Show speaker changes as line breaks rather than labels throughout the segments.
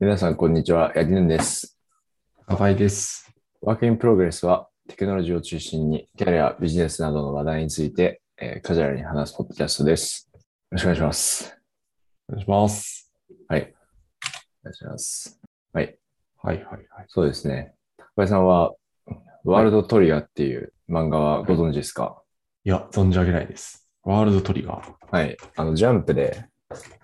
皆さん、こんにちは。ヤギヌンです。
カバイです。
ワークインプログレスは、テクノロジーを中心に、キャリア、ビジネスなどの話題について、えーカジュアルに話すポッドキャストです。よろしくお願いします。
お願いします。
お願いします。
はいはいはい。
そうですね。高井さんは、ワールドトリガーっていう漫画はご存知ですか
いや、存じ上げないです。ワールドトリガー。
はい。あの、ジャンプで、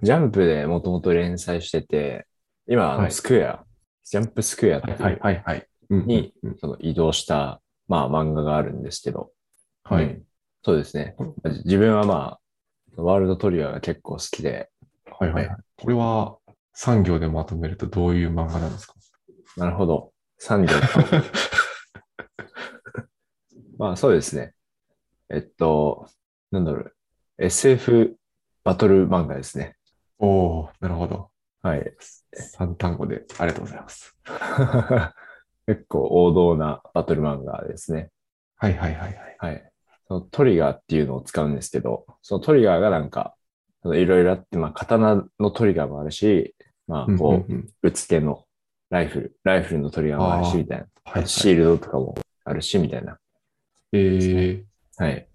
ジャンプでもともと連載してて、今、あ
は
の
い
スクエア、ジャンプスクエアっていう
はいはいはい。うん
に
うん
その移動した、まあ、漫画があるんですけど、
は
う
い
ん。そうですね
うん。
まあじ自分はまあ、ワールドトリガーが結構好きで、
はいはいはい。これは産業でまとめるとどういう漫画なんですか
なるほど。産業と。まあそうですね。えっと、なんだろう。SF バトル漫画ですね。
おおなるほど。
はい。
三単語でありがとうございます。
結構王道なバトル漫画ですね。
はいはいはいはい。
はい。そのトリガーっていうのを使うんですけど、そのトリガーがなんか、そのいろいろあって、まあ刀のトリガーもあるし、まあこう、
うんうんうん
ぶつけのライフル、ライフルのトリガーもあるし、みたいな。
はいはい。
シールドとかもあるし、みたいな。
えー、
はい。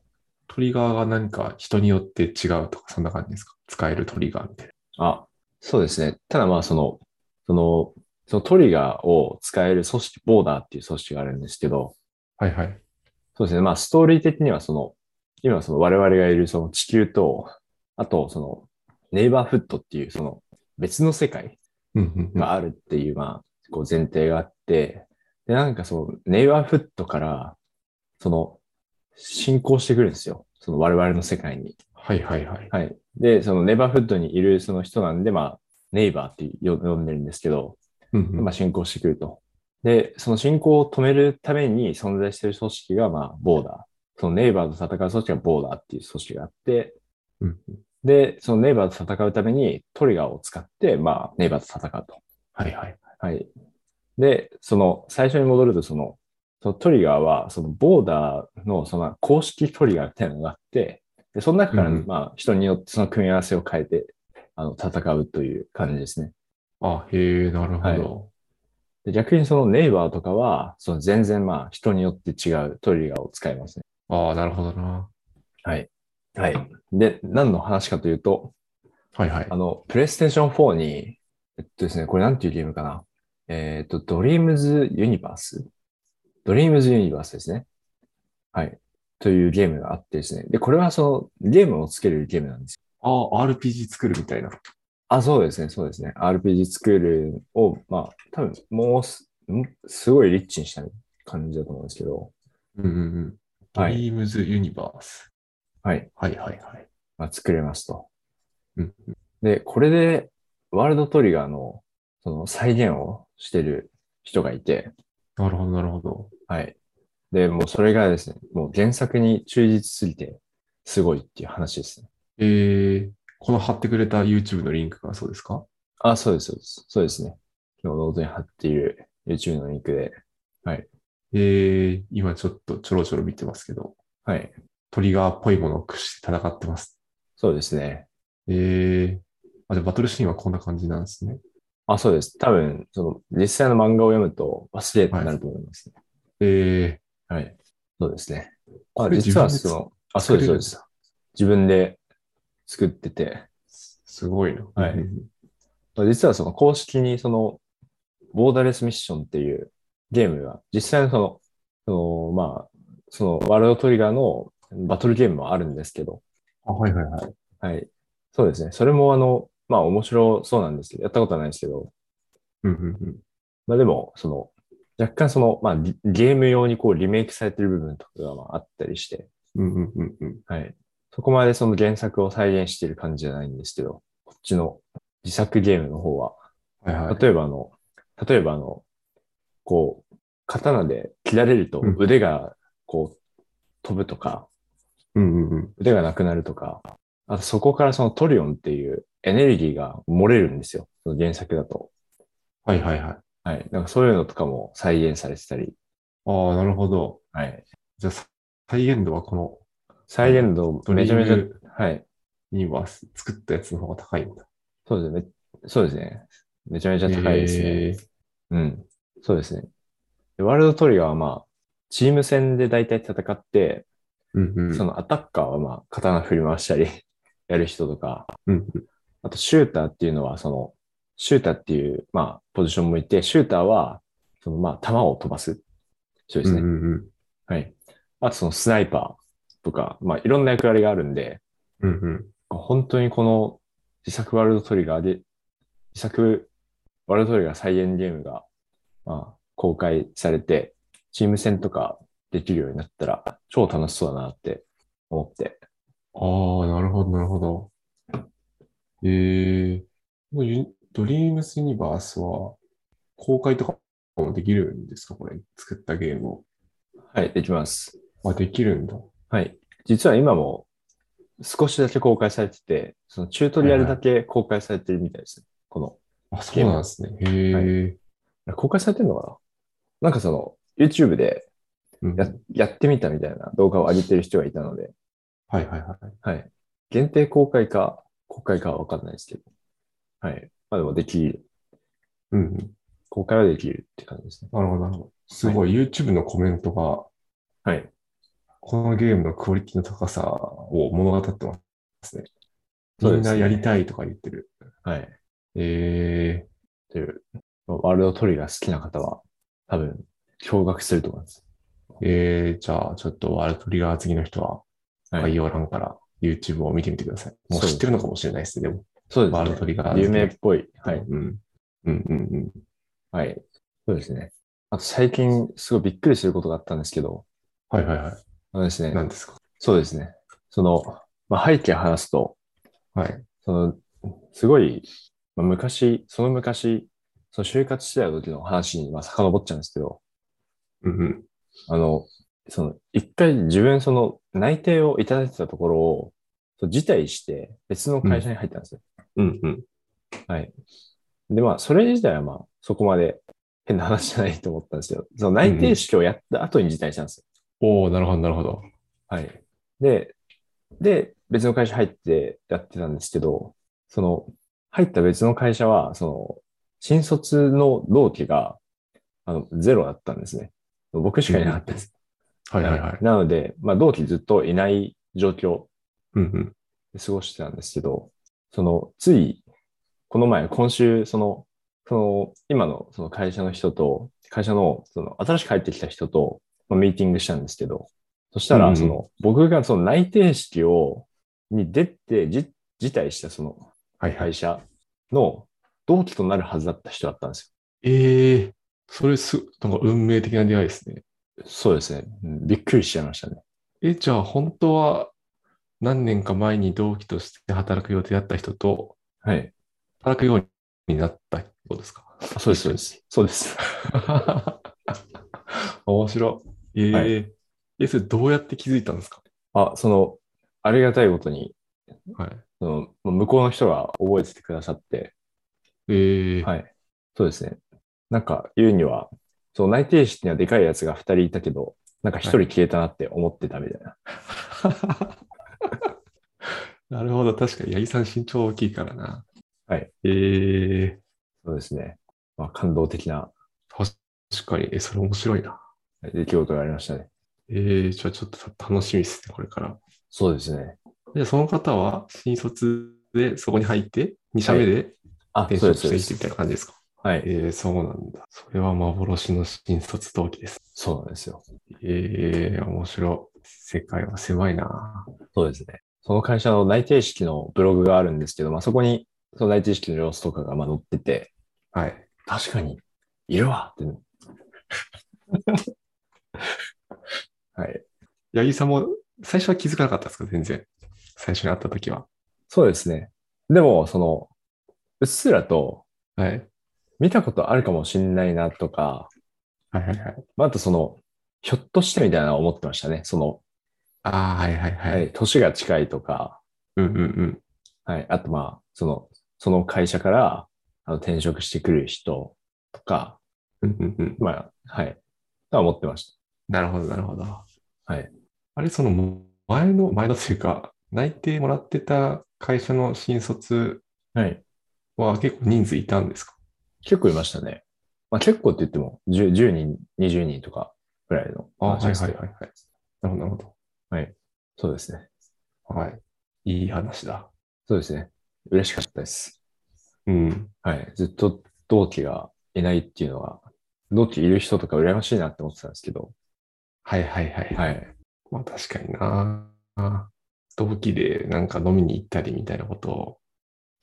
トリガーが何か人によって違うとか、そんな感じですか使えるトリガーみたいな。
あ、そうですね。ただまあ、その、その、そのトリガーを使える組織、ボーダーっていう組織があるんですけど、
はいはい。
そうですね。まあ、ストーリー的にはその、今その我々がいるその地球と、あとその、ネイバーフットっていうその別の世界
うんうんうん
があるっていう、まあ、こう前提があって、で、なんかその、ネイバーフットから、その、進行してくるんですよ。その我々の世界に。
はいはいはい。
はい。で、そのネイバーフッドにいるその人なんで、まあ、ネイバーってよ呼んでるんですけど、
うんうん
まあ、進行してくると。で、その進行を止めるために存在している組織が、まあ、ボーダー。そのネイバーと戦う組織がボーダーっていう組織があって、
うん
で、そのネイバーと戦うためにトリガーを使って、まあ、ネイバーと戦うと。
はいはい。
はい。で、その、最初に戻ると、その、そのトリガーは、そのボーダーの、その公式トリガーみたいなのがあって、で、その中から、
うんうん
まあ、人によってその組み合わせを変えて、あの、戦うという感じですね。
あ、へえ、なるほど。
で逆にそのネイバーとかは、その全然まあ、人によって違うトリガーを使いますね。
ああ、なるほどな。
はい。で、何の話かというと、
はいはい
あ。の、プレイステーション4に、えっとですね、これなんていうゲームかな。えっと、ドリームズユニバースドリームズユニバースですね。はい。というゲームがあってですね。で、これはそのゲームをつけるゲームなんですよ。
ああ、RPG 作るみたいな。
あ、そうですね、そうですね。RPG スクールを、まあ、多分もうす、んすごいリッチにした感じだと思うんですけど、
うんうんうん。ド
はい
リームズユニバース。
はい。
はいはいはい。
まあ、作れますと
うん。
で、これで、ワールドトリガーの、その再現をしてる人がいて、
なるほど、なるほど。
はい。で、もうそれがですね、もう原作に忠実すぎて、すごいっていう話ですね。
えー、この貼ってくれた YouTube のリンクがそうですか
あ、そうです、そうです。そうですね。今日ノートに貼っている YouTube のリンクで、
えー、今ちょっとちょろちょろ見てますけど、
はい。
トリガーっぽいものを駆使して戦ってます。
そうですね。
えー、あ、でもバトルシーンはこんな感じなんですね。
あ、そうです。多分、その、実際の漫画を読むと忘れってなると思いますね。
え
はい。そうですね。あ、
れ
実は
自分で
その、あ、そうです、そうです。自分で作ってて、
ー、すすごいな。
はい
うんうん
実はその公式にその、ボーダーレスミッションっていうゲームが、実際のその、その、まあ、そのワールドトリガーのバトルゲームもあるんですけど、
あ、はいはいはい。
はい。そうですね。それもあの、まあ面白そうなんですけど、やったことはないんですけど、
うんうんうん。
まあでも、その、若干その、まあリゲーム用にこうリメイクされてる部分とかがまああったりして、
うんうんうんうん。
はい。そこまでその原作を再現している感じじゃないんですけど、こっちの自作ゲームの方は、
はいはい。
例えばあの、例えばあの、こう、刀で切られると
うん
腕がこう飛ぶとか、
うんうんうん。
腕がなくなるとか、あとそこからそのトリオンっていうエネルギーが漏れるんですよ。その原作だと。
はいはいはい。
はい。なんかそういうのとかも再現されてたり、
ああ、なるほど。
はい。
じゃあ、再現度はこの
再現度
ドリ
めちゃめち
ー
ゃ、
ム
はい。
ユニバース作ったやつの方が高いんだ。
そうですね。めそうですね。めちゃめちゃ高いですね。
えー
うん。そうですね。でワールドトリガーはまあ、チーム戦で大体戦って、
うんうん。
そのアタッカーはまあ、刀振り回したり やる人とか、
うん
あとシューターっていうのは、その、シューターっていう、まあ、ポジションもいて、シューターは、そのまあ、弾を飛ばす人で
う
す
ん
ね。
うん
はい。あとそのスナイパーとか、まあ、いろんな役割があるんで、
うんうんうん
本当にこの自作ワールドトリガーで、自作ワールドトリガー再現ゲームが、まあ、公開されて、チーム戦とかできるようになったら、超楽しそうだなって思って。
ああ、なるほど、なるほど。ええもうユニドリームスユニバースは公開とかもできるんですかこれ、作ったゲームを。
はい、できます。
あ、できるんだ。
はい。実は今も少しだけ公開されてて、そのチュートリアルだけ公開されてるみたいですね。この
あ、そうなんですね。へえ。
公開されてるのかななんかその、YouTube で
うん
ややってみたみたいな動画を上げてる人がいたので、
はいはいはい。
はい。限定公開か、公開かはわかんないですけど。はい。まあでもできる。
うんうん。
公開はできるって感じですね。
なるほど、なるほど。すごい、YouTube のコメントが、
はい。
このゲームのクオリティの高さを物語ってますね。
そう
み
で
ん
すね
なやりたいとか言ってる。
はい。
ええ
という、まあワールドトリガー好きな方は、多分、驚愕すると思います。
ええじゃあ、ちょっと、あれ、トリガー次の人は、
はい
概要欄から YouTube を見てみてください。も
そ
う
うです
知ってるのかもしれないですね、でも。
そう
ワール
で
ド
す
ト
ね。
リガー。
有名っ。ぽい。は
はい。
い。
うん。うんうんうん。
はい。そうですね。あと最近、すごいびっくりすることがあったんですけど、
はいはいは
あのです
い。
ね、
何ですか
そうですね。その、まあ、背景話すと、
はい。
その、すごい、まあ、昔、その昔、その就活してた時の話に、まあ、遡っちゃうんですけど、
うんうん。
あの、その、一回自分、その、内定をいただいてたところを、そう辞退して、別の会社に入ったんですよ。
うんうん。
はい。で、まあ、それ自体は、まあ、そこまで変な話じゃないと思ったんですよ。その、内定式をやった後に辞退したんですよ。
おおなるほど、なるほど。
はい。で、で、別の会社入ってやってたんですけど、その、入った別の会社は、その、新卒の同期が、あの、ゼロだったんですね。僕しかいなかったです。
はいはいはい。
なので、まあ、同期ずっといない状況
うんうん。
で過ごしてたんですけど、その、つい、この前、今週、その、その、今のその会社の人と、会社の、その、新しく入ってきた人と、まあ、ミーティングしたんですけど、そした
うんう
ら、
ん
その、僕がその内定式を、に出て、じ、辞退したその
はいはい
会。社の同期となるはずだった人だったんです
ええそれす、なんか運命的な出会いですね。
よ。そうですね。うんびっくりしちゃいましたね。
え、じゃあ本当は何年か前に同期として働く予定だった人と
はい。
働くようになったってことですか
あそうです、そうです。そうです。
面白い。えー
は
え、それどうやって気づいたんですか
あ、その、ありがたいことに、
はい。
そのまあ向こうの人が覚えててくださって、
ええ
はい。そうですね。なんか言うには、その内定式にはでかいやつが2人いたけど、なんか1人消えたなって思ってたみたいな。
なるほど。確かに、八木さん身長大きいからな。
はい。
ええ
そうですね。まあ、感動的な
確かに、え、それ面白いな。
出来事がありましたね。
ええじゃあちょっと楽しみですね、これから。
そうですね。
じゃあその方は新卒でそこに入って、2社目で
あ、
転
そう
職
です、そ
し
うで
てきてみたい
す。
な感じですか
はい。
ええそうなんだ。それは幻の新卒同期です。
そうなんですよ。
ええ面白い。世界は狭いな。
そうですね。その会社の内定式のブログがあるんですけど、まあ、そこにその内定式の様子とかがまあ載ってて、
はい。
確かに、いるわって。 はい。
八木さんも最初は気づかなかったですか全然。最初に会った時は。
そうですね。でも、その、うっすらと
はい。
見たことあるかもしんないなとか、
はいはいはい。
まああとその、ひょっとしてみたいなのを思ってましたね。その、
ああ、はいはいはい。
はい、年が近いとか、
うんうんうん。
はい、あとまあ、その、その会社からあの転職してくる人とか、
うんうんうん。
まあ、はい、とは思ってまし
なるほど、なるほど。
はい。
あれ、その前の、前のというか、内定もらってた会社の新卒
た。はい。
は結構人数いたんですか
結構いましたね。まあ、結構って言っても10、10人、20人とかぐらいの
あ、はい
話
は
で
い
す
は
け
い
ど
はい。なるほど、なるほど。
そうですね。
はい。いい話だ。
そうですね。嬉しかったです。
うん。
はい。ずっと同期がいないっていうのは、同期いる人とか羨ましいなって思ってたんですけど、
はいはいはい。
はい。
まあ確かにな。同期でなんか飲みに行ったりみたいなことを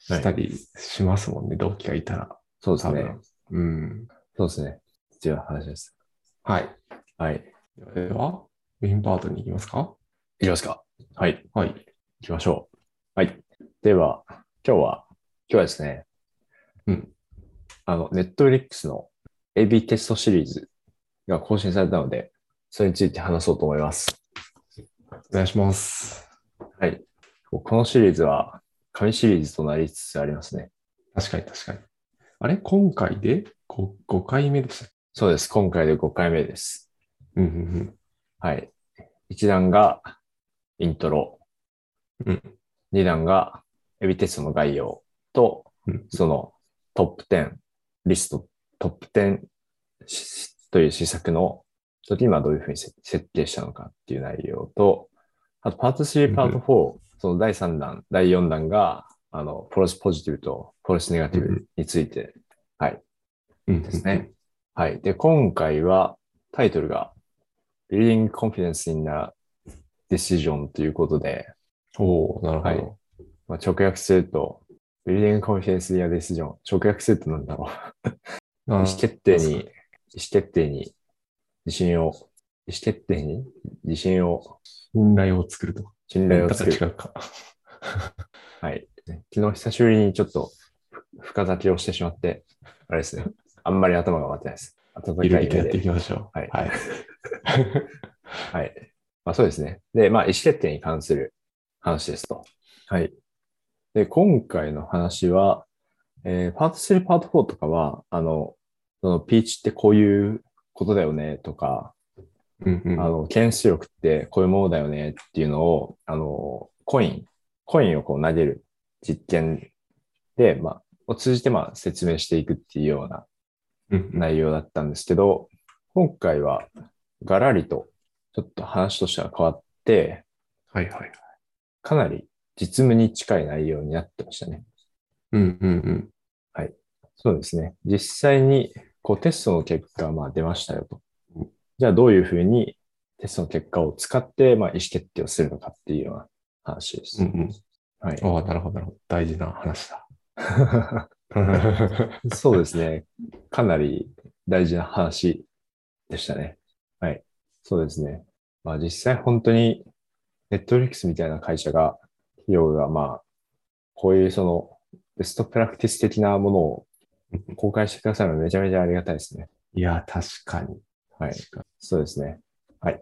したりしますもんね、同期がいたら。
そうです
多
ね。
分。うん。
そうですね。っていう話です。
はい。
はい。
では、メインパートに行きますか
いきますか。はい。
はい。
行きましょう。はい。では、今日は、今日はですね、
うん。
あの、ネットフリックスの AB テストシリーズが更新されたので、それについて話そうと思います。
お願いします。
はい。このシリーズは、紙シリーズとなりつつありますね。
確かに確かに。あれ今回で 5, 5回目でしたっけ
そうです。今回で5回目です。
うんうん
はい。1弾がイントロ。
うん
2弾がエビテストの概要と、
うん。うん
そのトップ10リスト、トップ10しという施策の時にはどういうふうにせ設定したのかっていう内容と、あとパート
う
3、
ん
パート4、その第3弾、第4弾が、あの、フォルスポジティブとフォルスネガティブについて
うん
ですね。はい。で、今回はタイトルが Building Confidence in a Decision ということで、
おおなるほど。
はいまあ、直訳すると Building Confidence in a Decision 直訳するとなんだろう。
あー
意思決定
そう
に、意
で
思決定に自信を、意思決定に自信を、
信頼を作るとか。
信頼
だ
を
か
つける。
ら違うか。
はい。昨日久しぶりにちょっとふ深咲きをしてしまって、あれですね。あんまり頭が回ってないです。温か
い
い
ろ
目
いろやって
で。
いきましょう。
はい
はい。
はい。まあそうですね。で、まあ意思決定に関する話ですと。はい。で、今回の話は、えーパート3、パート4とかは、あの、そのピーチってこういうことだよねとか、
うんうん。
あの、検出力ってこういうものだよねっていうのを、あの、コイン、コインをこう投げる実験で、まあ、を通じて、まあ、説明していくっていうような
うんうん
内容だったんですけど、今回は、ガラリと、ちょっと話としては変わって、
はいはい。
かなり実務に近い内容になってましたね。
うんうんうん。
そうですね。実際に、こう、テストの結果が、まあ、出ましたよと
うん。
じゃあ、どういうふうにテストの結果を使って、まあ、意思決定をするのかっていうような話です。
うん
はい
うん。。ああ、なるほどなるほど。大事な話だ。
そうですね。かなり大事な話でしたね。はい。そうですね。まあ実際本当に、ネットフリックスみたいな会社が、企業がまあ、こういうその、ベストプラクティス的なものを公開してくださるのはめちゃめちゃありがたいですね。
いや、確かに。
はい。
確か
そうですね。はい。
に。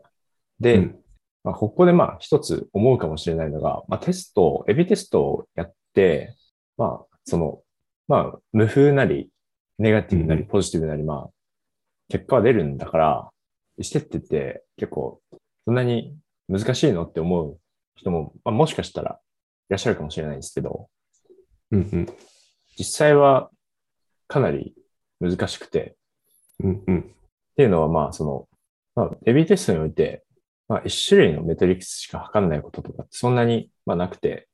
で、
うん
まあ、ここでまあ一つ思うかもしれないのが、まあ、テスト、エビテストをやって、まあその、まあ無風なり、ネガティブな
う
り、
ん
ポジティブなり、まあ結果は出るんだから、してってって結構そんなに難しいのって思う人も、まあ、もしかしたらいらっしゃるかもしれないんですけど、
うん
実際はかなり難しくて、
うん。うんうん。
っていうのは、まあ、その、まあ、エビテストにおいて、まあ、一種類のメトリックスしか測らないこととかってそんなに、まあ、なくて、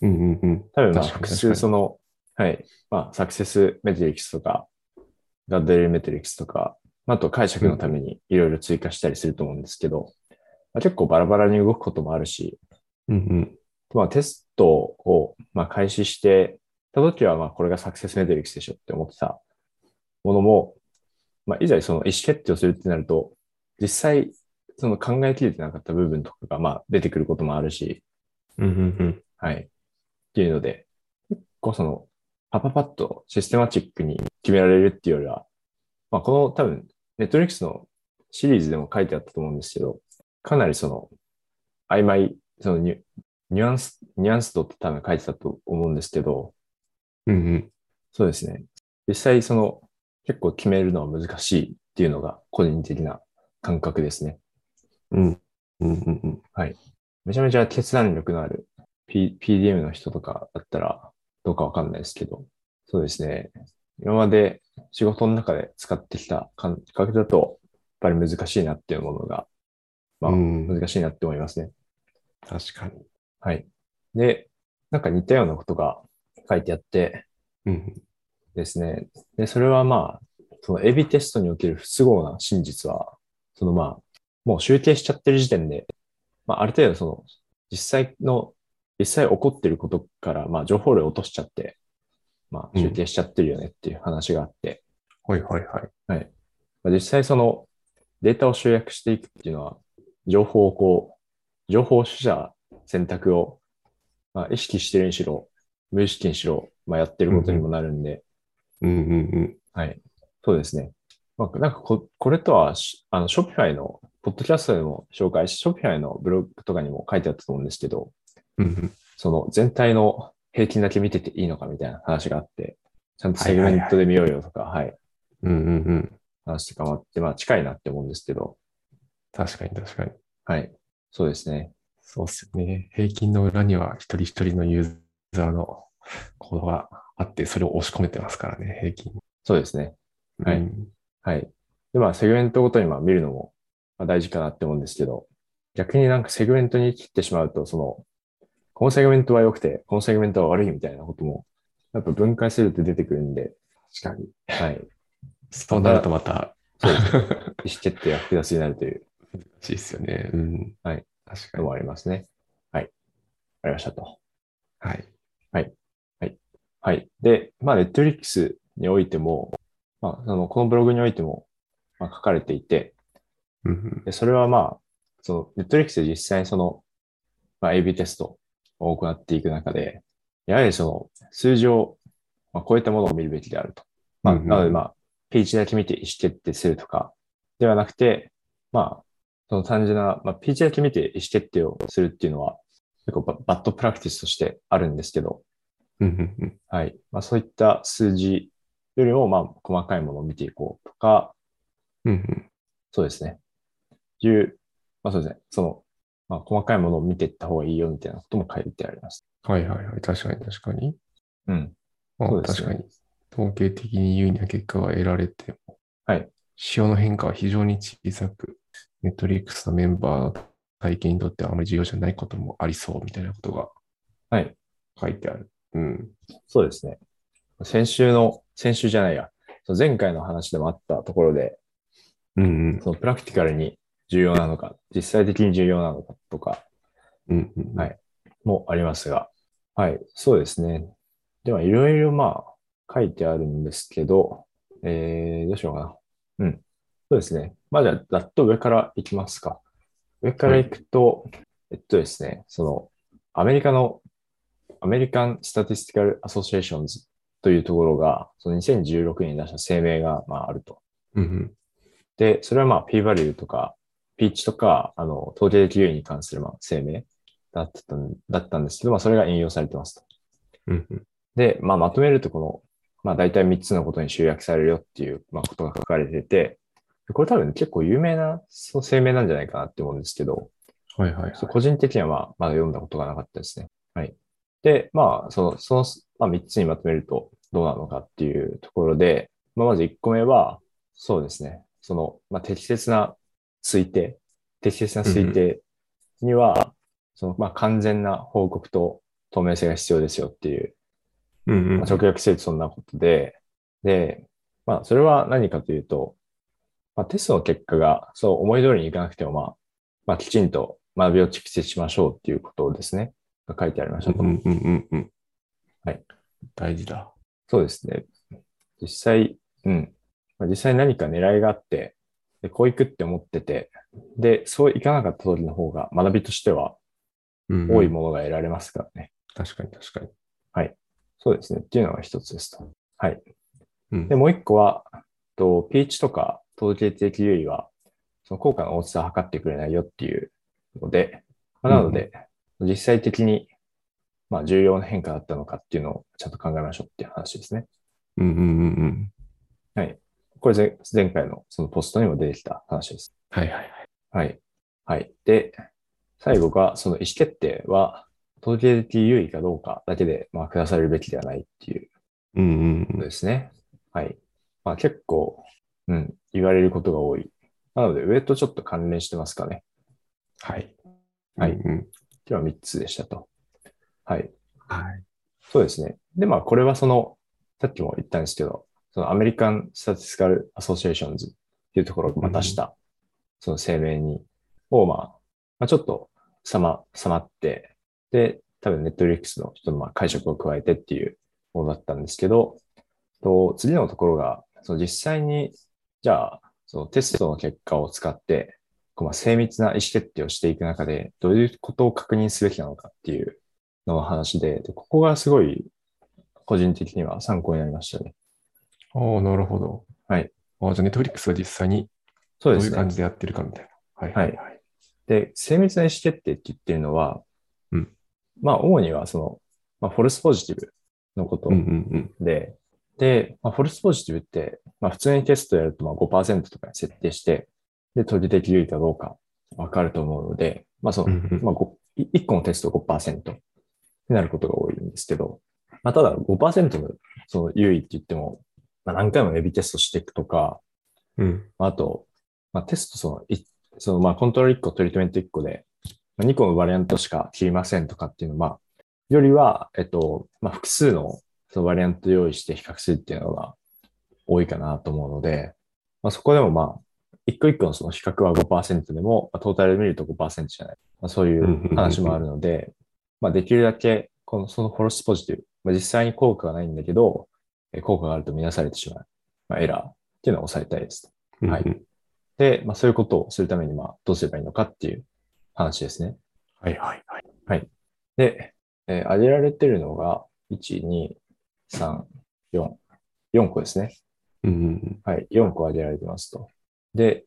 うんうんうん。
多分、まあ、
確かに
複
確か
数
に
その、はい、まあ、サクセスメトリックスとか、ガッドレールメトリックスとか、あと解釈のためにいろいろ追加したりすると思うんですけど、まあ、結構バラバラに動くこともあるし、
うん
まあ、テストを、まあ、開始してた時は、まあ、これがサクセスメトリックスでしょって思ってたものも、まあ、いざその意思決定をするってなると、実際、その考えきれてなかった部分とかが、まあ、出てくることもあるし、
うん。うんうんうん。
はい。っていうので、結構その、パパパッとシステマチックに決められるっていうよりは、まあ、この多分、ネットリックスのシリーズでも書いてあったと思うんですけど、かなりその、曖昧、そのニュニュアンス、ニュアンスとって多分書いてたと思うんですけど、
うんうん。
そうですね。実際その、結構決めるのは難しいっていうのが個人的な感覚ですね。
うんうんうんうん。
めちゃめちゃ決断力のある、P、PDM の人とかだったらどうかわかんないですけど、そうですね。今まで仕事の中で使ってきた感覚だと、やっぱり難しいなっていうものが、まあ、
うん
難しいなって思いますね。
確かに。
はい。で、なんか似たようなことが書いてあって
うん。
ですね。で、それはまあ、そのエビテストにおける不都合な真実は、そのまあ、もう集計しちゃってる時点で、まあ、ある程度その、実際の、実際起こってることから、まあ、情報量を落としちゃって、まあ、
うん
集計しちゃってるよねっていう話があって、
はいはいはい。
まあ、実際その、データを集約していくっていうのは、情報をこう、情報取捨選択を、まあ、意識してるにしろ、無意識にしろ、まあ、やってることにもなるんで、
うんうん
はい。そうですね。まあ、なんかこ、これとはし、あの、Shopify の、ポッドキャストでも紹介し、Shopify のブログとかにも書いてあったと思うんですけど、
うん。うんうん。
その全体の平均だけ見てていいのかみたいな話があって、ちゃんと
はい
セ
は
グ
いはい
メントで見ようよとか、はい
うんうんうん。
話とかもあって、まあ近いなって思うんですけど、
確かに確かに。
はい。そうですね。
そうっすよね。平均の裏には一人一人のユーザーのコードがあって、それを押し込めてますからね、平均。
そうですね。はい
うん
はい。で、まあ、セグメントごとにまあ見るのもまあ大事かなって思うんですけど、逆になんかセグメントに切ってしまうと、その、このセグメントは良くて、このセグメントは悪いみたいなことも、やっぱ分解すると出てくるんで、
確かに。
はい。
そうなるとまた、
そう ですね
難
意思決定が複雑になるという
しいっすよね。うん。
はい。
確か
の
に。
もありますね。はい。ありましたと。
はい。
はい。で、まあ、ネットフリックスにおいても、まあ、その、このブログにおいても、まあ、書かれていて、
うんうん。
で、それはまあ、その、ネットリックスで実際にその、まあ、AB テストを行っていく中で、やはりその、数字を、まあ、超えたものを見るべきであると。まあ、
うんうん
なのでまあ、P1 だけ見て意思決定するとか、ではなくて、まあ、その単純な、まあ、P1 だけ見て意思決定をするっていうのは、結構ババッドプラクティスとしてあるんですけど、
うんうんうん。
はい。まあ、そういった数字よりも、まあ、細かいものを見ていこうとか、
うんうん。
そうですね。いう、まあそうですね。その、まあ細かいものを見ていった方がいいよみたいなことも書いてあります。
はいはいはい。確かに確かに。
うん。
あ
そうですね
確かに。統計的に優位な結果が得られても、
はい。
仕様の変化は非常に小さく、ネットリックスのメンバーの体験にとってはあまり重要じゃないこともありそうみたいなことが
はい。
書いてある。うん。
そうですね。先週の、先週じゃないや。その前回の話でもあったところで、
うんうん。
そのプラクティカルに重要なのか、実際的に重要なのかとか
うんうん、
はいもありますが、はい。そうですね。では、いろいろまあ、書いてあるんですけど、えー、どうしようかな。うん。そうですね。まあ、じゃあ、ざっと上からいきますか。上からいくと、えっとですね、その、アメリカの、アメリカン・スタティスティカル・アソシエーションズというところが、その2016年に出した声明が、まあ、あると。
うんうん。
で、それはまあ P バリューとか、ピーチとか、あの、統計的優位に関するまあ声明だったんだったんですけど、まあそれが引用されてますと。
うんうん。
で、まあまとめるとこの、まあ大体3つのことに集約されるよっていう、まあ、ことが書かれてて、これ多分結構有名なその声明なんじゃないかなって思うんですけど、
はいはいはい。
そう個人的にはまあまだ読んだことがなかったですね。はい。で、まあ、その、その、まあ、3つにまとめるとどうなのかっていうところで、まあ、まず1個目は、そうですね。その、まあ、適切な推定、適切な推定には、その、まあ、完全な報告と透明性が必要ですよっていう、
うんうん。
まあ、直訳するとそんなことで、で、まあ、それは何かというと、まあ、テストの結果が、そう思い通りにいかなくても、まあ、まあ、きちんと学びを蓄積しましょうっていうことをですね、が書いてありましたと。
うんうんうんうん。
はい。
大事だ。
そうですね。実際、うん。まあ、実際何か狙いがあって、で、こういくって思ってて、で、そういかなかった通りの方が学びとしては
うんうん
多いものが得られますからね。
確かに確かに。
そうですね。っていうのが一つですと。
うん
で、もう一個は、とピーチとか統計的優位は、その効果の大きさを測ってくれないよっていうので、まあなので、実際的に、まあ、重要な変化だったのかっていうのをちゃんと考えましょうっていう話ですね。
うんうんうんうん。
これぜ前回のそのポストにも出てきた話です。
はいはいはい。
はい。はい。で、最後が、その意思決定は、統計的優位かどうかだけで、まあ、下されるべきではないっていう
うんうん
こと
うん。
ですね。はい。まあ結構、うん、言われることが多い。なので、上とちょっと関連してますかね。
はい。
はい
うん。
今日は3つでしたと。はい。
はい。
そうですね。で、まあ、これはその、さっきも言ったんですけど、そのアメリカン・スタティスカル・アソシエーションズっていうところがまあ
うん
出した、その声明に、を、まあ、まあ、ちょっと、さま、さまって、で、多分ネットリックスの人のまあ解釈を加えてっていうものだったんですけど、と次のところが、その実際に、じゃあ、そのテストの結果を使って、こうまあ精密な意思決定をしていく中で、どういうことを確認すべきなのかっていうの話で、でここがすごい個人的には参考になりましたね。
ああ、なるほど。
はい。
ああ、じゃあ、ネットフリックスは実際に
そ
どう
うで
い
す
う
ね
感。じでやってるかみたいな。はい。
はい
はい。
で、精密な意思決定って言ってるのは、
うん
まあ、主にはその、まあ、フォルスポジティブのこと
うんうんうん。
で、で、まあ、フォルスポジティブって、まあ、普通にテストやるとまあ5%とかに設定して、で、取り出来るかどうかわかると思うので、まあ、その、
うんうん
まあ、ごい1個のテスト5%になることが多いんですけど、まあ、ただ5%のその優位って言っても、まあ、何回もエビテストしていくとか、
うん。
まああと、まあ、テストそのい、そのまあコントロール1個、トリートメント1個で、まあ、2個のバリアントしか切りませんとかっていうのは、よりは、えっと、まあ、複数のそのバリアント用意して比較するっていうのが多いかなと思うので、まあ、そこでもまあ、一個一個のその比較は5%でも、まあ、トータルで見ると5%じゃない。まあ、そうい
うんうんうんう
うん話もあるので、まあ、できるだけ、この、そのフォロスポジティブ、まあ、実際に効果がないんだけど、え効果があると見なされてしまう、まあ、エラーっていうのを抑えたいです。
うん
はい
うん
で、まあ、そういうことをするために、まあ、どうすればいいのかっていう話ですね。
はいはいはい。
で、えー挙げられてるのが、1、2、3、4、4個ですね。
うんうんうん。
はい、4個挙げられてますと。で、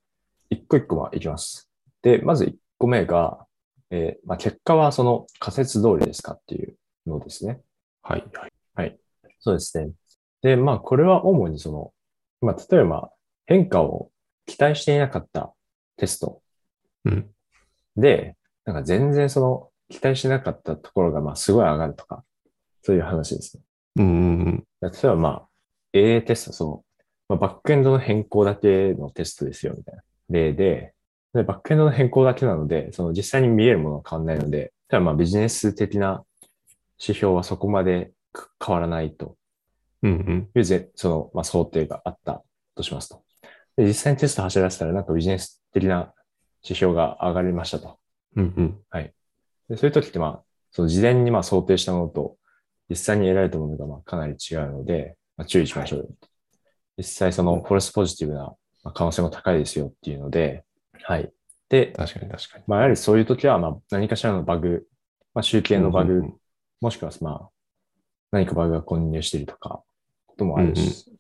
1個1個はいきます。で、まず1個目が、えーまあ、結果はその仮説通りですかっていうのですね。
はいはい。
そうですね。で、まあ、これは主にその、まあ、例えば変化を期待していなかったテスト
うん。
で、なんか全然その期待しなかったところがまあすごい上がるとか、そういう話ですね。
うんうんうん。
例えばまあ、A テスト、その、まあ、バックエンドの変更だけのテストですよ、みたいな例で、で、バックエンドの変更だけなので、その実際に見えるものは変わんないので、ただまあビジネス的な指標はそこまでか変わらないと
うんうん。
いうぜ、その、まあ、想定があったとしますと。で、実際にテスト走らせたらなんかビジネス的な指標が上がりましたと。
うんうん。
で、そういう時って、まあ、その事前にまあ想定したものと、実際に得られたものがまあかなり違うので、まあ、注意しましょうよ。実際そのフォルスポジティブなまあ可能性も高いですよっていうので、はい。で、
確かに確かに。
まあ、やはりそういう時は、まあ、何かしらのバグ、まあ、集計のバグ、
うんうん
もしくは、まあ、何かバグが混入しているとか、こともあるし、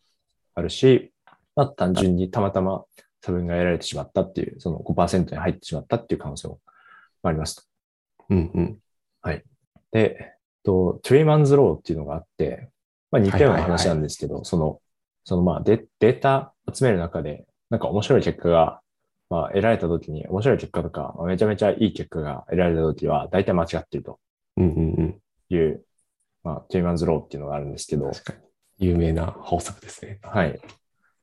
あるし、まあ、単純にたまたま差分が得られてしまったっていう、その5%に入ってしまったっていう可能性もありますと。
うんうん。
で、えっと、トゥリーマンズローっていうのがあって、まあ似たような話なんですけど、その、そのまあデデータ集める中で、なんか面白い結果が、まあ得られた時に、面白い結果とか、まあめちゃめちゃいい結果が得られた時は、大体間違ってると
うんうんうん。
いう、まあトゥリーマンズローっていうのがあるんですけど、
確かに。有名な法則ですね。
はい。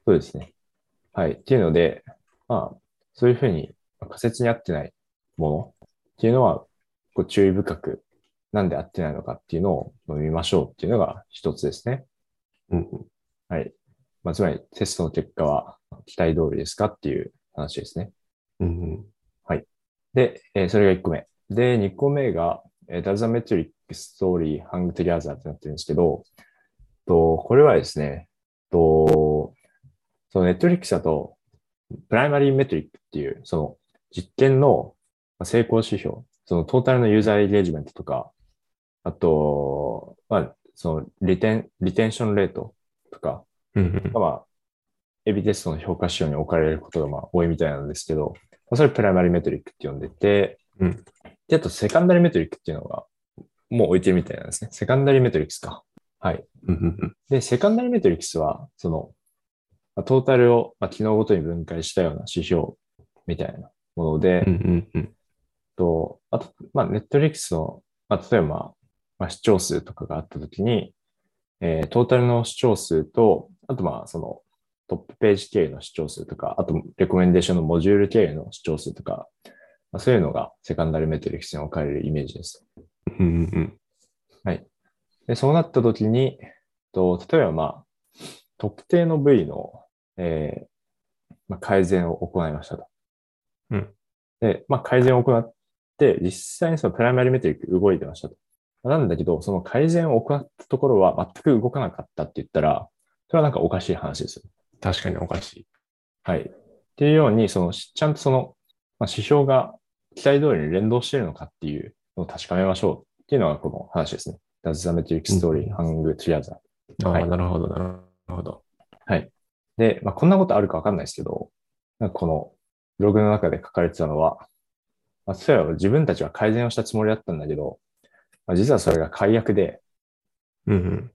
そうですね。はい。っていうので、まあ、そういうふうにまあ仮説に合ってないものっていうのは、こう注意深く、なんで合ってないのかっていうのを見ましょうっていうのが一つですね。
うんうん。
はい。まあ、つまりテストの結果は期待通りですかっていう話ですね。
うんうん。
で、えーそれが1個目。で、2個目が、えー Does a metric story hang together? ってなってるんですけど、とこれはですね、とそのネットリックスだと、プライマリーメトリックっていう、その実験のまあ成功指標、そのトータルのユーザーエンゲージメントとか、あと、まあ、そのリテン、リテンションレートとか、
うんうん。
まあ、エビテストの評価指標に置かれることがまあ多いみたいなんですけど、まあそれプライマリーメトリックって呼んでて、
うん
で、あとセカンダリーメトリックっていうのがもう置いてるみたいなんですね。セカンダリーメトリックスか。はい。
うんうんうん。
で、セカンダリーメトリックスは、その、まあトータルをまあ機能ごとに分解したような指標みたいなもので、
うんうんうん。
と、あと、まあ、ネットリックスの、まあ、例えば、まあ、視聴数とかがあったときに、えートータルの視聴数と、あとまあ、そのトップページ経由の視聴数とか、あとレコメンデーションのモジュール経由の視聴数とか、まあ、そういうのがセカンダルメトリックスに置かれるイメージです。
うんうん
で、そうなった時に、と例えばまあ、特定の部位の、えーまあ、改善を行いましたと。
うん。
で、まあ、改善を行って、実際にそのプライマリメトリック動いてましたと。なんだけど、その改善を行ったところは全く動かなかったって言ったら、それはなんかおかしい話ですよ。
確かにおかしい。
はい。っていうように、その、しちゃんとその、まあ、指標が期待通りに連動しているのかっていうのを確かめましょうっていうのがこの話ですね。Does the metric story hang together?
ああ、
はい
なるほど、なるほど。
で、まあ、こんなことあるかわかんないですけど、なんかこのブログの中で書かれてたのは、まあ、例えば自分たちは改善をしたつもりだったんだけど、まあ、実はそれが解約で、
うんうん。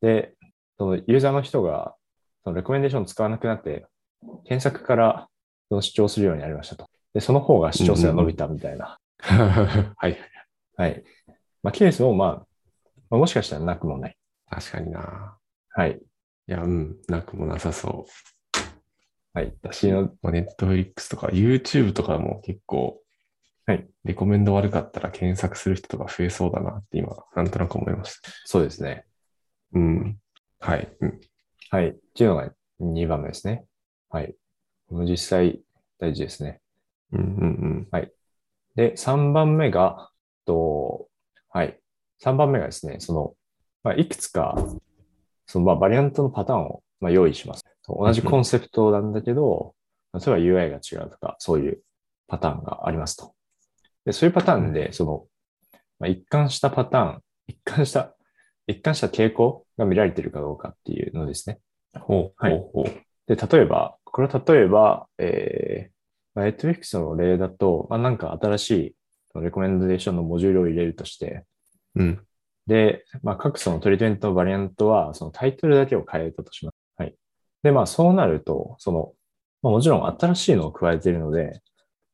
で、そのユーザーの人が、そのレコメンデーションを使わなくなって、検索からその視聴するようになりましたと。で、その方が視聴数が伸びたみたいな。
はい。
はい。まあ、ケースも、まあ、まあ、もしかしたらなくもない。
確かにな。
はい。
いや、うん、なくもなさそう。
はい。私の、
まあ、ネットフリックスとか YouTube とかも結構、
はい
レコメンド悪かったら検索する人とか増えそうだなって今、なんとなく思いました。
そうですね。
うん。はい。うん、
はい。っていうのが2番目ですね。はい。この実際大事ですね。
うん、うん
で、3番目が、と、はい。3番目がですね、その、まあ、いくつか、その、まあ、バリアントのパターンを、まあ、用意します。同じコンセプトなんだけど、 例えば UI が違うとか、そういうパターンがありますと。で、そういうパターンで、その、まあ、一貫したパターン、一貫した、一貫した傾向が見られているかどうかっていうのですね。
うん。ほう、
はい
ほう、ほう。
で、例えば、これは例えば、えー、まあ、Netflix の例だと、まあ、なんか新しいそのレコメンデーションのモジュールを入れるとして、
うん。
で、まあ、各そのトリートメントのバリアントは、そのタイトルだけを変えたとします。はい。で、まあ、そうなると、その、まあ、もちろん新しいのを加えているので、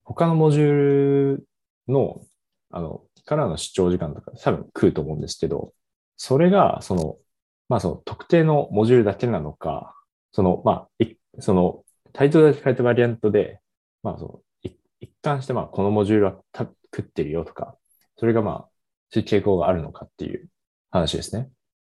他のモジュールの、あの、からの視聴時間とか多分食うと思うんですけど、それが、その、まあ、その特定のモジュールだけなのか、その、まあ、いその、タイトルだけ変えたバリアントで、まあ、その、い一貫して、まあ、このモジュールはた食ってるよとか、それがまあ、そういう傾向があるのかっていう話ですね。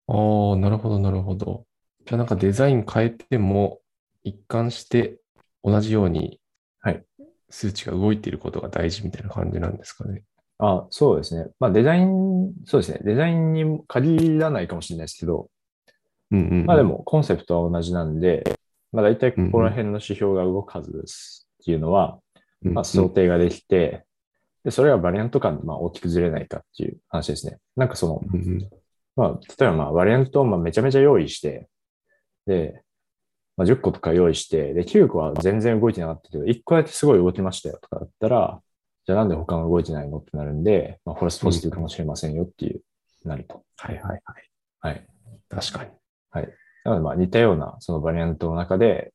ああ、なるほど、なるほど。じゃあなんかデザイン変えても、一貫して同じように
はい、
数値が動いていることが大事みたいな感じなんですかね。
あ、そうですね。まあデザイン、そうですね。デザインに限らないかもしれないですけど、
うん、うんうん。
まあでもコンセプトは同じなんで、まあ大体ここら辺の指標が動くはずですっていうのは、
うん、うん
まあ想定ができて、で、それがバリアント間でまあ大きくずれないかっていう話ですね。なんかその、
うんうん
まあ、例えばまあ、バリアントをまあめちゃめちゃ用意して、で、まあ、10個とか用意して、で、9個は全然動いてなかったけど、1個だけすごい動きましたよとかだったら、じゃあなんで他の動いてないのってなるんで、まあ、フォルスポジティブかもしれませんよっていう、なると。
はいはいはい。
はい。
確かに。
なので、まあ、似たような、そのバリアントの中で、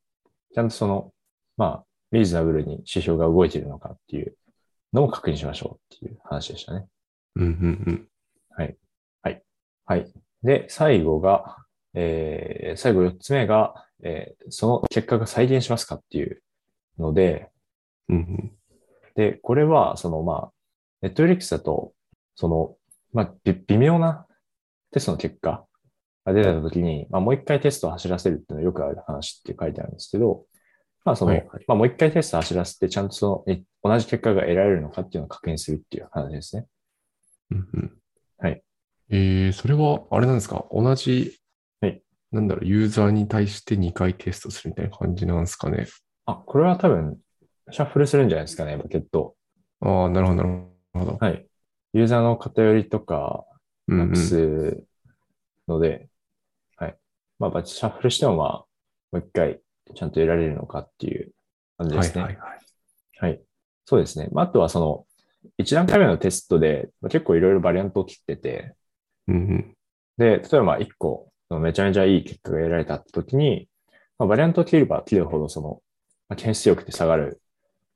ちゃんとその、まあ、リーズナブルに指標が動いているのかっていうのも確認しましょうっていう話でしたね。
うんうんうん。
はい。で、最後が、えー最後4つ目が、えーその結果が再現しますかっていうので、
うんうん。
で、これは、その、まあ、ネットフリックスだと、その、まあ、び微妙なテストの結果が出たときに、まあ、もう一回テストを走らせるっていうのはよくある話って書いてあるんですけど、まあ、その、
はいはい
まあ、もう一回テストを走らせて、ちゃんとその、え同じ結果が得られるのかっていうのを確認するっていう話ですね。
うんうん。
はい。
えー、それは、あれなんですか同じ
はい、
なんだろう、ユーザーに対して2回テストするみたいな感じなんですかね。
あ、これは多分、シャッフルするんじゃないですかね、バケット。
ああ、なるほど、なるほど。
はい。ユーザーの偏りとか、
うん
な
うん
くすので、はい。まあ、バッチシャッフルしても、まあ、もう一回、ちゃんと得られるのかっていう感じで
はい
すね。
は
はいい、
はい。
そうですね。まあ、あとは、その、一段階目のテストで、まあ結構いろいろバリアントを切ってて、
うんうん。
で、例えばまあ一個、そのめちゃめちゃいい結果が得られたって時に、まあ、バリアントを切れば切るほど、その、まあ、検出力って下がる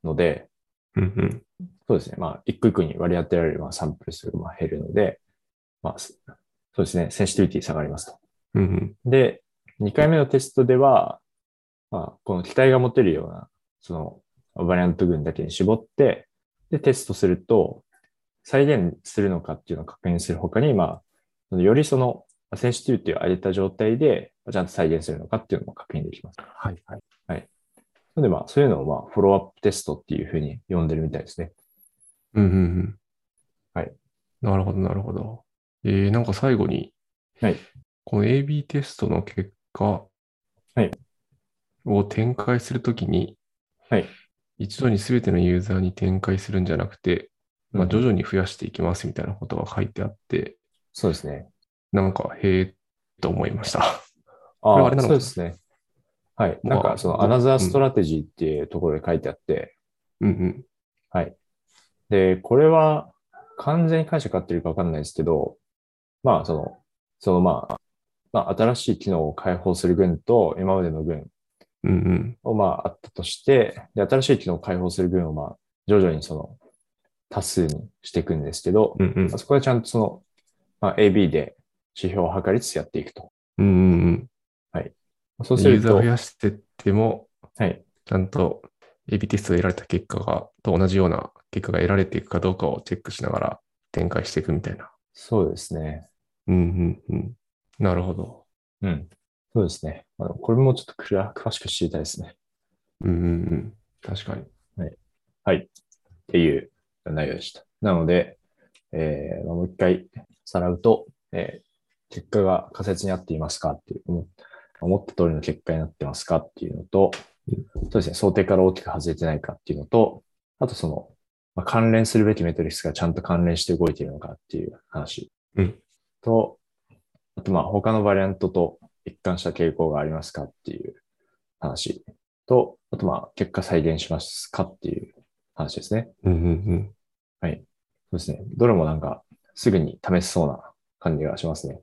ので、
うんうん。
そうですね。まあ、一個一個に割り当てられるまあサンプル数がまあ減るので、まあ、すそうですね。センシティビティ下がりますと。
うんうん。
で、 2回目のテストでは、まあ、この期待が持てるような、その、バリアント群だけに絞って、で、テストすると、再現するのかっていうのを確認するほかに、まあ、そのよりその、センシティビティを上げた状態で、ちゃんと再現するのかっていうのも確認できます。
はい、はい。
なので、まあ、そういうのを、まあ、フォローアップテストっていうふうに呼んでるみたいですね。
うん、うん、うん。
はい。
なるほど、なるほど。えー、なんか最後に、
はい。
この AB テストの結果
はい
を展開するときに、
はい。
一度に全てのユーザーに展開するんじゃなくて、まあ、徐々に増やしていきますみたいなことが書いてあって、
そうですね。
なんか、へえ、と思いました。
あ
れ
あ
はあれなの
そうですね。はい。
まあ
なんか、その、
ど
アナザ
う
ー
ん
ストラテジーっていうところで書いてあって、
うんうん。
で、これは、完全に解釈合ってるかわかんないですけど、まあ、その、その、まあ、まあ、新しい機能を開放する群と、今までの群
うんうん。
を、まあ、あったとして、で、新しい機能を開放する群を、まあ、徐々にその、多数にしていくんですけど、
うんうん
まあ。そこはちゃんとその、まあ、AB で指標を測りつつやっていくと。
うんうんうん。
そうす
ユー
る
ザー
と
を増、やしてっても、
はい。
ちゃんと AB テストで得られた結果が、と同じような結果が得られていくかどうかをチェックしながら展開していくみたいな。
そうですね。
うんうんうん。なるほど。
うん。そうですね。あのこれもちょっとくら詳しく知りたいですね。
うんうんうん。確かに。
はい。っていう内容でした。なので、えーまあもう一回さらうと、えー結果が仮説に合っていますかっていう、思思った通りの結果になってますかっていうのと、そうですね、想定から大きく外れてないかっていうのと、あとその、まあ、関連するべきメトリックスがちゃんと関連して動いているのかっていう話。
うん
と、あとまあ他のバリアントと一貫した傾向がありますかっていう話。と、あとまあ結果再現しますかっていう話ですね。
うんうん
そうですね。どれもなんかすぐに試せそうな感じがしますね。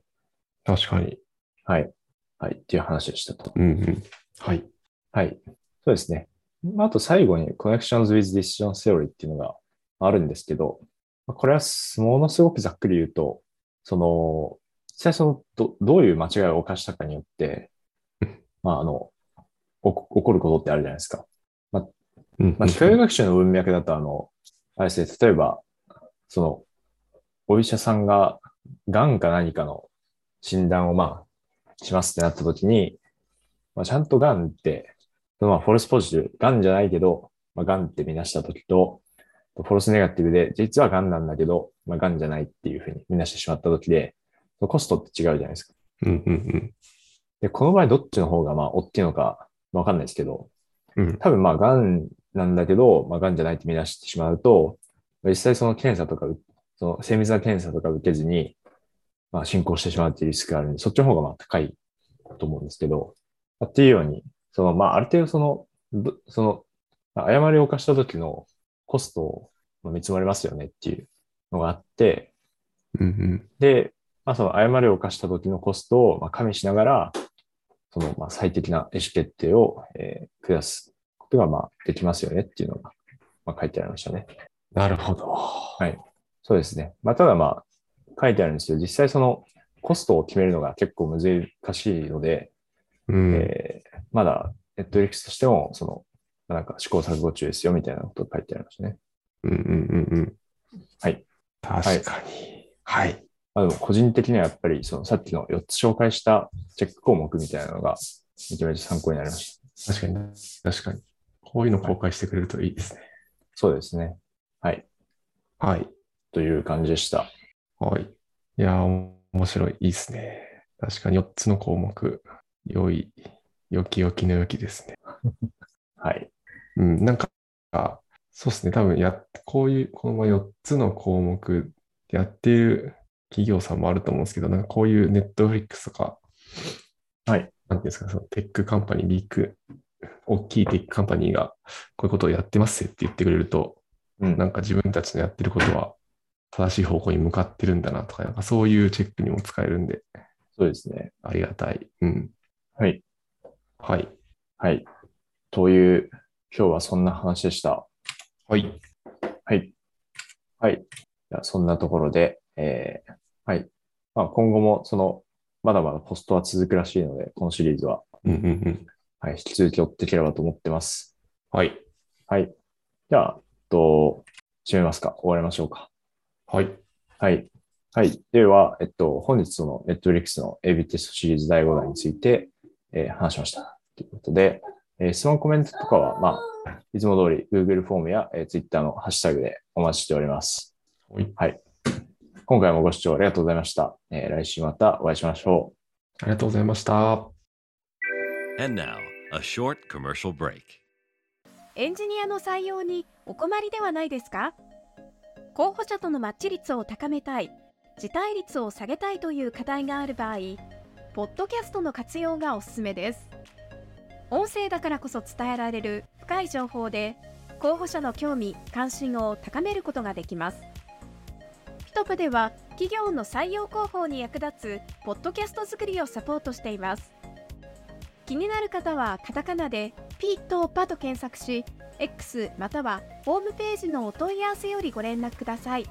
うん。確かに。
はい。はい。っていう話でしたと。
うんうん。はい。
はい。そうですね。まああと最後に Connections with Decision Theory っていうのがあるんですけど、まあこれはすものすごくざっくり言うと、その、実際そのど、どういう間違いを犯したかによって
うん、
まああの、おこ起こることってあるじゃないですか。
うん
まあ、機械学習の文脈だと、あの、あれですね、例えば、その、お医者さんが、癌か何かの診断を、まあ、しますってなった時に、まあ、ちゃんと癌って、まあ、フォルスポジティブ、癌じゃないけど、まあ、癌って見なした時と、フォルスネガティブで、実は癌なんだけど、まあ、癌じゃないっていうふうに見なしてしまった時で、コストって違うじゃないですか。
うんうん
で、この場合どっちの方がまあ大きいのかわかんないですけど、
うん
多分まあ、癌なんだけど、まあ、癌じゃないって見出してしまうと、実際その検査とか、その精密な検査とか受けずに、まあ、進行してしまうっていうリスクがあるんで、そっちの方がまあ高いと思うんですけど、まあっていうように、その、まあ、ある程度その、どその、まあ誤りを犯した時のコストをまあ見積もりますよねっていうのがあって、
うん。うんうん。
で、まあ、その誤りを犯した時のコストをまあ加味しながら、そのまあ最適な意思決定を、えー下すことがまあできますよねっていうのが、まあ、書いてありましたね。
なるほど。
そうですね。まあ、ただまあ書いてあるんですけど、実際そのコストを決めるのが結構難しいので、
うん。
えーまだネットリックスとしても、その、まあなんか試行錯誤中ですよみたいなことが書いてありましたね。
うんうんうんうん。
はい。
確かに。はい。
まあ、でも個人的にはやっぱりそのさっきの4つ紹介したチェック項目みたいなのがめちゃめちゃ参考になりました。
確かに。確かに。こういうの公開してくれるといいですね。
そうですね。
はい。
という感じでした。
はい。いやー、面白い。いいですね。確かに4つの項目。良い、良き良きの良きですね。
はい。
うん、なんか、あそうですね。多分や、こういう、この4つの項目やっている企業さんもあると思うんですけど、なんかこういうネットフリックスとか、
はい。
なんていうんですか、そのテックカンパニー、ビッグ、大きいテックカンパニーがこういうことをやってますって言ってくれると、
うん
なんか自分たちのやってることは正しい方向に向かってるんだなとか、なんかそういうチェックにも使えるんで、
そうですね。
ありがたい。うん。
はい。
はい。
はい。という、今日はそんな話でした。
はい。
はい。はい。じゃあそんなところで、えーはい。まあ、今後もそのまだまだポストは続くらしいので、このシリーズは、
うんうんうん。
はい、引き続き追っていければと思ってます。
はい。
はい。じゃあ、えっと、締めますか終わりましょうか。
はい。
はい。はい。では、えっと、本日の Netflix の AB テストシリーズ第5弾について、えー話しました。ということで、えー質問コメントとかは、まあ、いつも通り Google フォームや、えー Twitter のハッシュタグでお待ちしております。
はい。
今回もご視聴ありがとうございました。えー来週またお会いしましょう。
ありがとうございました。
And now, a short commercial break.
エンジニアの採用にお困りではないですか候補者とのマッチ率を高めたい、辞退率を下げたいという課題がある場合、ポッドキャストの活用がおすすめです。音声だからこそ伝えられる深い情報で、候補者の興味・関心を高めることができます。ピトプでは、企業の採用広報に役立つポッドキャスト作りをサポートしています。気になる方はカタカナでピーとパと検索し、X またはホームページのお問い合わせよりご連絡ください。